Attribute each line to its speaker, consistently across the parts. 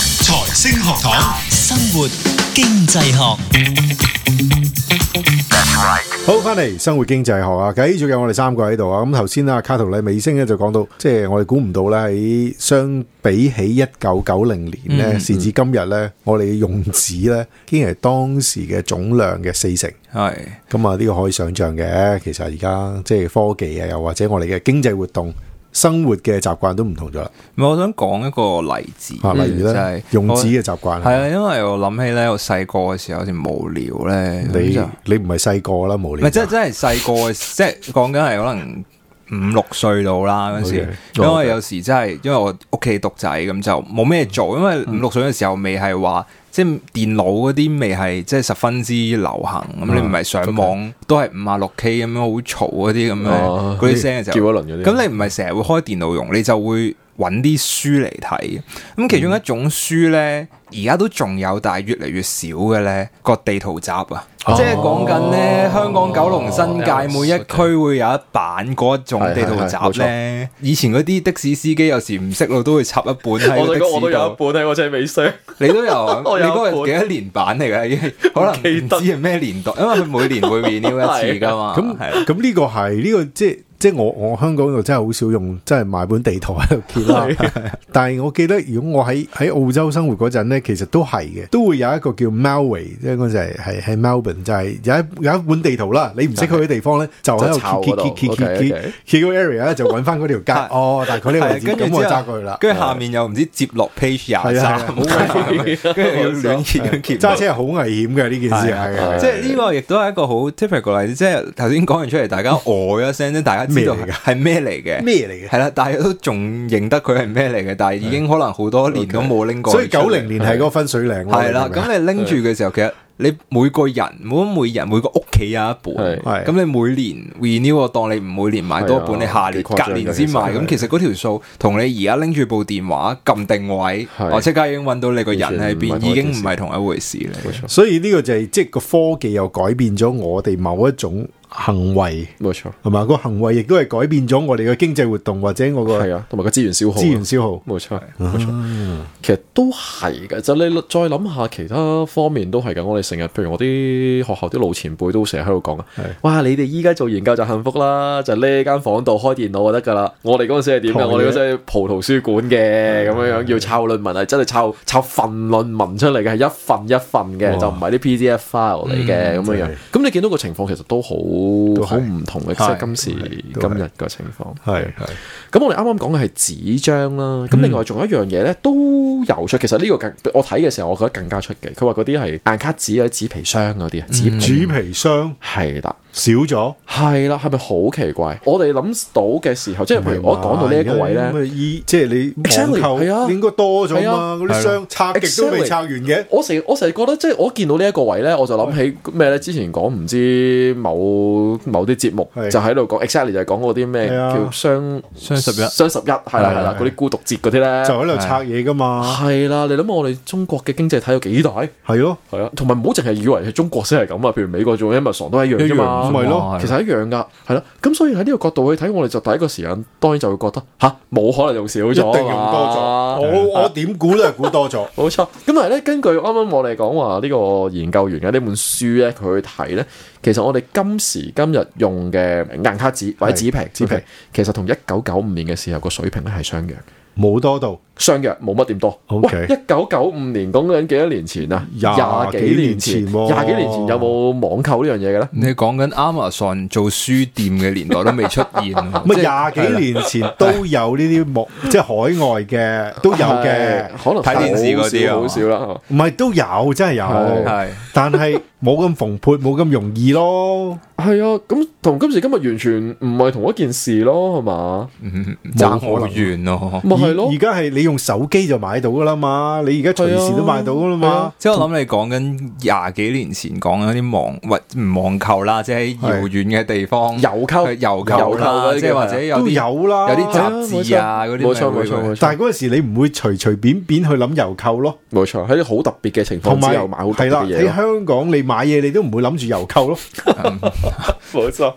Speaker 1: 星學堂，
Speaker 2: 生活經濟學，
Speaker 3: 好，翻嚟生活經濟學啊，繼續有我哋三個喺度啊。咁頭先啊，卡圖咧尾聲咧就講到，即係我哋估唔到咧，喺相比起一九九零年
Speaker 4: 嗯
Speaker 3: 咧，啊時至今日咧，我哋嘅用紙咧，竟然係當時嘅總量嘅四成。
Speaker 4: 係
Speaker 3: 咁啊，呢個可以想像嘅。其實而家即係科技啊，又或者我哋嘅經濟活動、生活嘅習慣都唔同咗啦。
Speaker 4: 唔係我想講一個例子，
Speaker 3: 啊，例如咧
Speaker 4: 就嗯係
Speaker 3: 用
Speaker 4: 我
Speaker 3: 紙嘅習慣。
Speaker 4: 係啊，因為我諗起咧，我細個嘅時候好似無聊咧，咁
Speaker 3: 你
Speaker 4: 就
Speaker 3: 你唔係細個啦，
Speaker 5: 啊
Speaker 3: 無
Speaker 4: 唔係
Speaker 3: 聊。
Speaker 4: 即係真係細個嘅，即係講緊係可能五六歲到啦嗰時，
Speaker 3: OK，
Speaker 4: 因為有時真係因為我屋企獨仔咁就冇咩做，因為
Speaker 5: 嗯
Speaker 4: 五六歲嘅時候未係話。即係電腦嗰啲未係即係十分之流行，咁
Speaker 5: 嗯
Speaker 4: 你唔係上網都係五啊六 K 咁樣好嘈嗰啲咁
Speaker 5: 哦
Speaker 4: 樣嗰啲聲嘅時候，
Speaker 5: 叫一輪嗰啲
Speaker 4: 咁你唔係成日會開電腦用，你就會揾啲書嚟睇。咁其
Speaker 5: 嗯
Speaker 4: 中一種書呢，而家都仲有，但係越嚟越少嘅呢個地圖集啊，即係講緊
Speaker 5: 哦
Speaker 4: 呢香港九龍新界每一區會有一版嗰種地圖
Speaker 5: 係係係冇
Speaker 4: 集呢
Speaker 5: 錯。
Speaker 4: 以前嗰啲的士司機有時唔識路都會插一本喺 個
Speaker 5: 我對
Speaker 4: 的
Speaker 5: 講我都
Speaker 4: 士
Speaker 5: 有一
Speaker 4: 度。
Speaker 5: 本喺我車尾箱，
Speaker 4: 你都有啊？
Speaker 5: 我
Speaker 4: 你
Speaker 5: 有一
Speaker 4: 嗰個幾
Speaker 5: 本
Speaker 4: 多年版嚟㗎？ 已經可能
Speaker 5: 記
Speaker 4: 唔
Speaker 5: 得
Speaker 4: 知係咩年代，因為佢每年會 renew 一次 㗎嘛。
Speaker 3: 咁
Speaker 4: 係啊
Speaker 3: 咁呢個係呢、個即係即係我我香港度真係好少用，真係買本地圖喺度揭
Speaker 4: 啊
Speaker 3: 啦。但係我記得如果我喺喺澳洲生活嗰陣咧，其實都係嘅，都會有一個叫 Malway，即係嗰陣係係係 Melbourne，就係有一有一本地圖啦。你唔識去嘅地方咧，就喺
Speaker 5: 就抄嗰
Speaker 3: 度
Speaker 5: 度
Speaker 3: 揭揭揭揭
Speaker 5: OK，
Speaker 3: 揭
Speaker 5: OK
Speaker 3: 揭個 area 咧，就揾翻嗰條街。哦，大概呢個位
Speaker 4: 係，啊
Speaker 3: 置，
Speaker 4: 跟
Speaker 3: 咁
Speaker 4: 住
Speaker 3: 我
Speaker 4: 之
Speaker 3: 揸
Speaker 4: 後
Speaker 3: 過去啦。
Speaker 4: 跟住下面又唔知接落
Speaker 3: 係
Speaker 4: page 廿
Speaker 3: 啊係
Speaker 4: 三
Speaker 3: 啊，
Speaker 4: 好 鬼煩 跟住要亂揭咁揭。
Speaker 3: 揸車係好危險嘅呢件事係啊。
Speaker 4: 即係呢個亦都係一個好 typical 例子，即係頭先講完出嚟， 大家呆一聲，即係大家知道
Speaker 3: 咩嚟㗎
Speaker 4: 係咩嚟嘅，
Speaker 3: 咩嚟嘅
Speaker 4: 係啦，但係都仲認得佢係咩嚟嘅，但係已經可能好多年都冇拎過出
Speaker 3: 所
Speaker 4: 嚟。
Speaker 3: 以九零年係嗰個分水嶺咯
Speaker 4: 係
Speaker 3: 你
Speaker 4: 啦，
Speaker 3: 明唔明啊
Speaker 4: 咁你拎住嘅時候，其實你每個人，每每人每個屋企有一本，
Speaker 5: 係
Speaker 3: 係
Speaker 4: 咁你每年 renew，我當你唔每年買多一本，
Speaker 5: 係啊
Speaker 4: 你下年
Speaker 5: 幾誇張
Speaker 4: 隔
Speaker 5: 㗎
Speaker 4: 年先買，咁其實嗰條數同你而家拎住部電話撳定位，
Speaker 5: 係
Speaker 4: 我即刻已經揾到你個人喺邊，
Speaker 5: 完全唔係同一
Speaker 4: 已經唔
Speaker 5: 件事
Speaker 4: 係同一回事嚟。
Speaker 3: 所以呢個就係即係個科技又改變咗我哋某一種行為，
Speaker 5: 冇錯，
Speaker 3: 係嘛？個行為亦都係改變咗我哋嘅經濟活動或者我個
Speaker 5: 係啊，同埋個資源消耗啊，
Speaker 3: 資源消耗。
Speaker 5: 冇錯，嗯冇錯，其實都係嘅。就你再諗下其他方面都係嘅。我哋成日，譬如我啲學校啲老前輩都成日喺度講啊，哇！你哋依家做研究就幸福啦，就呢間房度開電腦就得㗎啦。我哋嗰陣時係點
Speaker 3: 唐
Speaker 5: 㗎？
Speaker 3: 嘢
Speaker 5: 我哋嗰陣時係蒲圖書館嘅咁樣樣，要抄論文係真係抄抄份論文出嚟嘅，係一份一份嘅，就唔係啲 PDF file 嚟嘅咁樣樣。咁你見到個情況其實嗯都好好唔同嘅，即係今時今日個情況。
Speaker 3: 係係
Speaker 5: 咁我哋啱啱講嘅係紙張啦，咁另外仲有一樣嘢咧都有出，其實呢個更我睇嘅時候，我覺得更加出嘅。佢話嗰啲係硬卡紙啊、紙皮箱嗰啲啊，紙皮
Speaker 3: 紙皮箱
Speaker 5: 係啦。
Speaker 3: 少咗，
Speaker 5: 係啦，係咪好奇怪？我哋諗到嘅時候，即係譬如我講到呢一個
Speaker 3: 而
Speaker 5: 位
Speaker 3: 家咁
Speaker 5: 咧，
Speaker 3: 嘅依即係你
Speaker 5: Exactly，係
Speaker 3: 網
Speaker 5: 啊
Speaker 3: 購應該多咗
Speaker 5: 係
Speaker 3: 嘛？
Speaker 5: 啊
Speaker 3: 嗰啲箱拆極都未拆完嘅，
Speaker 5: 我成我成日覺得即係我見到呢一個位咧，我就諗起咩咧？之前講唔知某某啲節目
Speaker 3: 係
Speaker 5: 就喺度講，exactly 就係講嗰啲咩
Speaker 3: 係啊
Speaker 5: 叫雙
Speaker 4: 雙十一
Speaker 5: 雙十一係啦係啦，嗰啲孤獨節嗰啲咧，
Speaker 3: 就啊喺度拆嘢噶嘛？
Speaker 5: 係啦，你諗下我哋中國嘅經濟體有幾大？
Speaker 3: 係咯，
Speaker 5: 係啊，同埋唔好淨係以為係中國先係咁啊，譬如美國做 Amazon 都係一樣啫嘛，
Speaker 3: 咪咯
Speaker 4: 係
Speaker 5: 其實一樣噶，係啦。咁所以喺呢個角度去睇，我哋就第一個時間當然就會覺得吓冇可能用少咗，啊
Speaker 3: 一定用多咗。我我點估都係估多咗。
Speaker 5: 冇錯，咁但係咧，根據啱啱我哋講話呢個研究員嘅呢本書咧，佢去睇咧，其實我哋今時今日用嘅硬卡紙或者紙皮，
Speaker 3: 紙皮
Speaker 5: OK，其實同一九九五年嘅時候個水平咧係相若嘅，
Speaker 3: 冇多到
Speaker 5: 相若冇乜點多。
Speaker 3: OK
Speaker 5: 喂，一九九五年講緊幾多年前啊？
Speaker 3: 廿
Speaker 5: 幾年
Speaker 3: 幾年
Speaker 5: 前，
Speaker 3: 前喎
Speaker 5: 廿幾年前有冇網購呢樣嘢嘅咧？
Speaker 4: 你講緊 Amazon 做書店嘅年代都未出現喎，
Speaker 3: 咪
Speaker 4: 即係
Speaker 3: 啊廿幾年前都有呢啲網，即係海外嘅都有嘅
Speaker 5: 係，可能
Speaker 4: 睇電視嗰啲啊
Speaker 5: 好少好少啦。
Speaker 3: 唔係都有，真係有，
Speaker 4: 係
Speaker 3: 但係冇咁蓬勃，冇咁容易咯。
Speaker 5: 係啊，咁同今時今日完全唔係同一件事咯，係嘛？
Speaker 4: 嗯爭好遠咯。
Speaker 5: 咪係咯
Speaker 3: 而而，家係你用手機就買到噶啦嘛，你而家隨時都買到噶啦
Speaker 5: 係
Speaker 3: 嘛
Speaker 5: 啊。
Speaker 4: 即係我諗你講緊廿幾年前講嗰啲網或唔網購啦，即係喺
Speaker 3: 係
Speaker 4: 遙遠嘅地方
Speaker 5: 郵購
Speaker 4: 係郵
Speaker 5: 郵
Speaker 4: 購
Speaker 5: 購
Speaker 4: 啦
Speaker 5: 嗰，啲
Speaker 4: 即係或者
Speaker 5: 係
Speaker 4: 有
Speaker 3: 都
Speaker 4: 啲
Speaker 3: 有啦，
Speaker 4: 有啲雜誌啊嗰啲咪
Speaker 5: 冇錯
Speaker 4: 會
Speaker 5: 冇錯冇錯，
Speaker 3: 但係嗰陣時你唔會隨隨便便去諗郵購咯，
Speaker 5: 冇錯，喺啲好特別嘅情況
Speaker 3: 同
Speaker 5: 之
Speaker 3: 埋
Speaker 5: 後買好特別
Speaker 3: 係啦，
Speaker 5: 嘅嘢
Speaker 3: 喺
Speaker 5: 咯。
Speaker 3: 香港你買嘢，你都唔會諗住郵 購咯。
Speaker 5: 冇錯。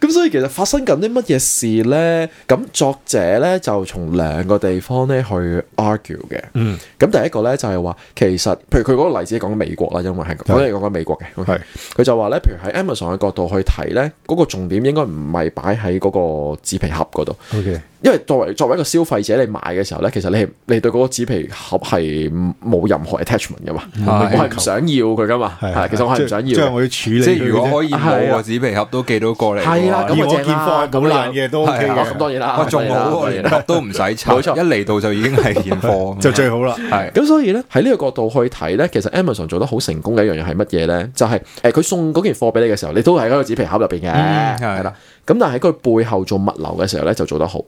Speaker 5: 咁所以其實發生緊啲乜嘢事咧？咁作者咧就從兩個地方咧去 argue 嘅。嗯。咁第一個咧就係話，其實譬如佢嗰個例子講緊美國啦，因為係我哋講緊美國嘅。OK
Speaker 3: 係
Speaker 5: 佢就話咧，譬如喺 Amazon 嘅角度去睇咧，嗰、個重點應該唔係擺喺嗰個紙皮盒嗰度，
Speaker 3: OK，
Speaker 5: 因為作為作為一個消費者，你買嘅時候咧，其實你係你對嗰個紙皮盒係冇任何 attachment 噶嘛，
Speaker 3: 係
Speaker 5: 我係唔想要佢噶嘛，係其實我係唔想
Speaker 3: 即係
Speaker 5: 要嘅。
Speaker 3: 我要處理佢
Speaker 4: 即
Speaker 3: 啫。
Speaker 4: 係如果可以
Speaker 5: 係
Speaker 4: 冇
Speaker 5: 啊
Speaker 4: 個紙皮盒都寄到過嚟喎，
Speaker 5: 係啦咁
Speaker 3: 以
Speaker 5: 啊
Speaker 3: 我
Speaker 5: 正
Speaker 3: 見
Speaker 5: 啦
Speaker 3: 貨冇爛嘅都 OK
Speaker 4: 係
Speaker 5: 啊咁
Speaker 3: 嘅，
Speaker 5: 當然啦，
Speaker 4: 哇仲好啊
Speaker 5: 當
Speaker 4: 喎，
Speaker 5: 然
Speaker 4: 連
Speaker 5: 啦
Speaker 4: 盒都唔使拆，
Speaker 5: 冇錯
Speaker 4: 一嚟到就已經係現 貨，
Speaker 3: 就最好啦。
Speaker 4: 係
Speaker 5: 咁所以咧喺呢個角度去睇咧，其實 Amazon 做得好成功嘅一樣嘢係乜嘢咧？就係誒佢送嗰件貨俾你嘅時候，你都係喺個紙皮盒入邊嘅，
Speaker 4: 嗯
Speaker 5: 係
Speaker 4: 係
Speaker 5: 啦、咁但係喺佢背後做物流嘅時候咧，就做得好。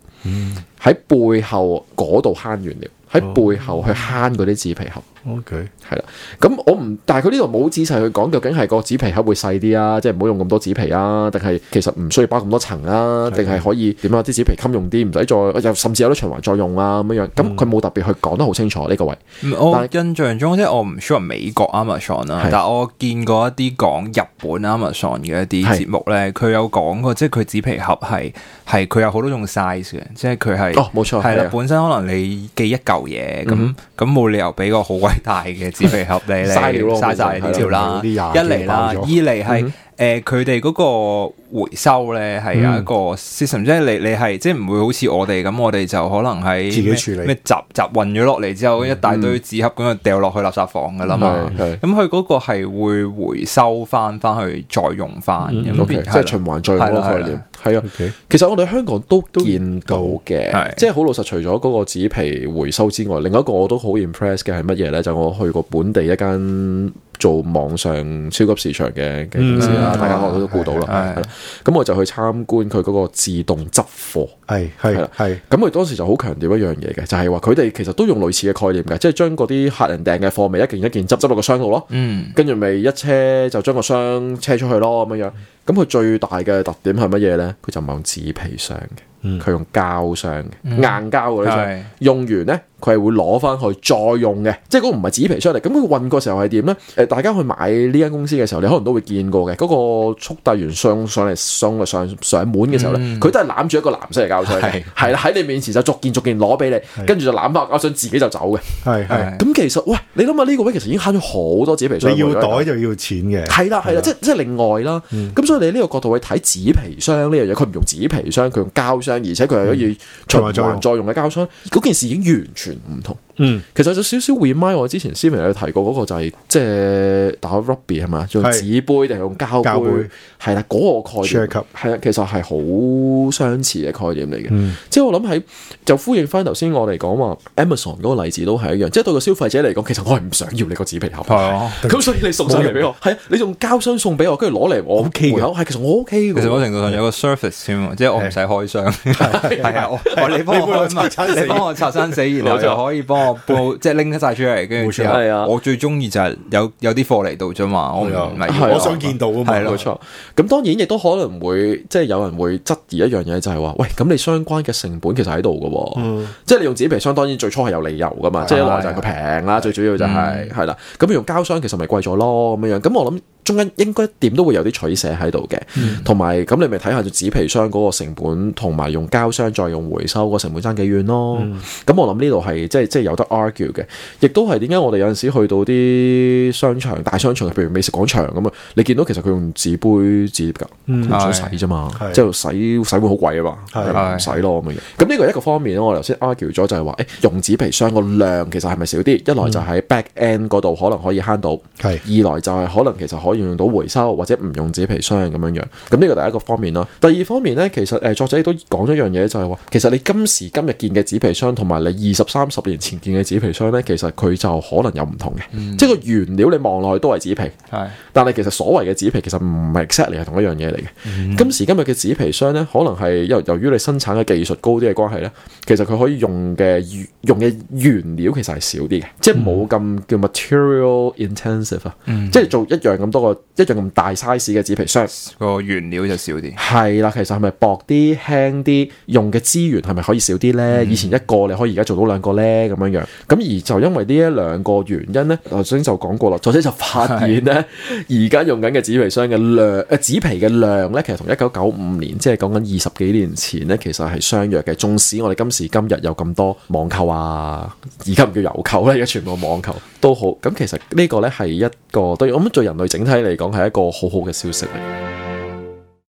Speaker 5: 喺、背後嗰度慳原料，喺背後去慳嗰啲紙皮盒。
Speaker 3: OK，
Speaker 5: 係啦，咁我唔，但係佢呢度冇仔細去講究竟係個紙皮盒會細啲啊，即係唔好用咁多紙皮啊，定係其實唔需要包咁多層啊，定係可以點啊？啲紙皮襟用啲，唔使再又甚至有啲循環再用啊咁樣樣。咁佢冇特別去講得好清楚呢個位。
Speaker 4: 嗯我
Speaker 5: 但
Speaker 4: 印象中即係我唔 sure 美國 Amazon 啦
Speaker 5: 係，
Speaker 4: 但我見過一啲講日本 Amazon 嘅一啲
Speaker 5: 係
Speaker 4: 節目咧，佢有講過，即係佢紙皮盒係係佢有好多種 size 嘅，即係佢係
Speaker 5: 哦冇錯
Speaker 4: 係
Speaker 5: 係
Speaker 4: 啦
Speaker 5: 啊，
Speaker 4: 本身可能你寄一嚿嘢咁
Speaker 5: 嗯
Speaker 4: 咁冇理由俾個好偉大嘅紙皮盒你咧，
Speaker 5: 嘥料咯
Speaker 4: 嘥晒呢條啦，一
Speaker 3: 係啦啲廿
Speaker 4: 嚟
Speaker 3: 幾
Speaker 4: 啦，
Speaker 3: 包
Speaker 4: 二
Speaker 3: 咗
Speaker 4: 嚟係誒佢哋嗰個回收咧係有一個 system，即係你你係即係唔會好似我哋咁，我哋就可能喺
Speaker 3: 自己
Speaker 4: 咩
Speaker 3: 處理
Speaker 4: 咩集集運咗落嚟之後，一大堆紙盒咁樣掉落去垃圾房噶啦啊嘛。
Speaker 5: 係係
Speaker 4: 咁佢嗰個係會回收翻翻去再用翻，咁
Speaker 5: O
Speaker 4: 變
Speaker 5: K，
Speaker 4: 係
Speaker 5: 嗯即
Speaker 4: 啦
Speaker 5: 係循環再用嗰個概念，係啊
Speaker 3: OK。
Speaker 5: 其實我哋香港都見到嘅
Speaker 4: 係，
Speaker 5: 即係好老實。除咗嗰個紙皮回收之外，另一個我都好 impress 嘅係乜嘢咧？就我去過本地一間做網上超級市場嘅嘅公司啦，
Speaker 4: 嗯
Speaker 5: 大家可能都估到啦。
Speaker 4: 係
Speaker 5: 係啦咁我就去參觀佢嗰個自動執貨。
Speaker 3: 係
Speaker 5: 係
Speaker 3: 係
Speaker 5: 啦
Speaker 3: 係
Speaker 5: 咁佢當時就好強調一樣嘢嘅，就係話佢哋其實都用類似嘅概念嘅，即係將嗰啲客人訂嘅貨咪一件一件執執落個箱度咯。
Speaker 4: 嗯
Speaker 5: 跟住咪一車就將個箱車出去咯咁樣樣。咁佢最大嘅特點係乜嘢咧？佢就唔係用紙皮箱嘅，佢用膠箱嘅，硬膠嗰啲箱
Speaker 4: 係。
Speaker 5: 用完咧，佢係會攞翻去再用嘅，即係嗰個唔係紙皮箱嚟。咁佢運個時候係點咧？誒、大家去買呢間公司嘅時候，你可能都會見過嘅。嗰、個速遞員送上嚟送上上門嘅時候咧，佢、都係攬住一個藍色嘅膠箱嘅，係啦喺你面前就逐件逐件攞俾你，跟住就攬翻個膠箱自己就走嘅。
Speaker 3: 係係，
Speaker 5: 咁其實喂，你諗下呢個位其實已經慳咗好多紙皮箱喎。
Speaker 3: 你要
Speaker 5: 如果
Speaker 3: 袋就要錢嘅。嗯
Speaker 5: 係啦，啊係啦，即係即係另外啦。咁所以你呢個角度去睇紙皮箱呢樣嘢，佢唔用紙皮箱，佢用膠箱，而且佢係可
Speaker 3: 嗯
Speaker 5: 以循
Speaker 3: 循環
Speaker 5: 環再用嘅膠箱。嗰件事已經完全唔同。
Speaker 3: 嗯，
Speaker 5: 其實有少少 remind 我之前 s i m 有提過嗰個就係即係打 rugby 係嘛，用
Speaker 3: 係
Speaker 5: 紙杯定係用膠
Speaker 3: 膠
Speaker 5: 杯
Speaker 3: 杯？
Speaker 5: 係啦，嗰個概
Speaker 3: Share
Speaker 5: 念
Speaker 3: cup
Speaker 5: 係啊，其實係好相似嘅概念嚟嘅。
Speaker 3: 嗯
Speaker 5: 即係我諗喺就呼應翻頭先我哋講話 Amazon 嗰個例子都係一樣，即係對個消費者嚟講，其實我係唔想要你個紙皮盒。
Speaker 4: 係啊。
Speaker 5: 咁所以你送上嚟俾我，係啊，你用膠箱送俾我，跟住攞嚟我
Speaker 3: OK 嘅
Speaker 5: 門口，係其實我 OK
Speaker 4: 其實某
Speaker 5: 嘅。
Speaker 4: 程度上有個 surface 添喎，即係我唔使開箱，係啊， 我我你幫
Speaker 3: 你幫
Speaker 4: 我
Speaker 3: 我
Speaker 4: 開嘛
Speaker 3: 拆生死
Speaker 4: 你幫我拆生死，然
Speaker 5: 冇
Speaker 4: 後
Speaker 5: 錯
Speaker 4: 就可以幫我煲，即係拎晒出嚟，跟住之
Speaker 5: 冇錯係啊
Speaker 4: 後，我最中意就係有有啲貨嚟到啫嘛，我唔
Speaker 3: 係啊
Speaker 4: 唔係
Speaker 5: 係啊
Speaker 4: 要
Speaker 3: 我想見到啊嘛。
Speaker 4: 係
Speaker 5: 冇
Speaker 4: 咯
Speaker 5: 錯，咁當然亦都可能會即係有人會質疑一樣嘢，就係話，喂，咁你相關嘅成本其實喺度嘅喎，即係你用紙皮箱當然最初係有理由噶嘛，即係一來就係佢平啦，最主要就係係啦，咁你用膠箱其實咪貴咗咯咁樣樣，咁我諗中間應該點都會有啲取捨喺度嘅，同埋咁你咪睇下紙皮箱嗰個成本同埋用膠箱再用回收個成本爭幾遠咯，咁我諗呢度係即係即係有得 argue 嘅，亦都係點解我哋有陣時去到啲商場、大商場，譬如美食廣場咁啊，你見到其實佢用紙杯、紙碟㗎，
Speaker 4: 嗯
Speaker 5: 佢唔想洗啫嘛，
Speaker 3: 係
Speaker 5: 即係洗洗碗好貴啊嘛，係啦
Speaker 4: 係
Speaker 5: 唔使咯咁樣。咁呢個係一個方面啦，我哋頭先 argue 咗就係話，誒用紙皮箱個量其實係咪少啲？一來就喺 back end 嗰度可能可以慳到。
Speaker 3: 係
Speaker 5: 二來就係可能其實可以用到回收或者唔用紙皮箱咁樣樣，咁呢個第一個方面啦。第二方面呢，其實誒、呃作者亦都講咗一樣嘢，就係話其實你今時今日見嘅紙皮箱同埋你二十三十年前見嘅紙皮箱呢，其實佢就可能有唔同嘅，即係個原料你望落去都係紙皮，
Speaker 4: 係
Speaker 5: 但係其實所謂嘅紙皮其實唔係 exactly 係同一樣嘢嚟嘅。今時今日嘅紙皮箱呢，可能係由由於你生產嘅技術高啲嘅關係呢，其實佢可以用嘅原用嘅原料其實係少啲嘅，即係冇咁叫 material intensive 啊，即係做一樣咁多個個一樣咁大 size 嘅紙皮箱。
Speaker 4: 個原料就少啲。
Speaker 5: 係啦，其實係咪薄啲、輕啲，用嘅資源係咪可以少啲呢？以前一個你可以而家做到兩個呢，咁樣樣。咁而就因為呢一兩個原因呢，頭先就講過啦，作者就發現呢，而家用緊嘅紙皮箱嘅量，誒、呃、紙皮嘅量呢，其實同一九九五年，即係講緊二十幾年前呢，其實係相若嘅。縱使我哋今時今日有咁多網購啊，而家唔叫郵購啦，而家全部網購都好。咁其實呢個呢，係一個對我諗對人類整體嚟講係一個好好嘅消息嚟。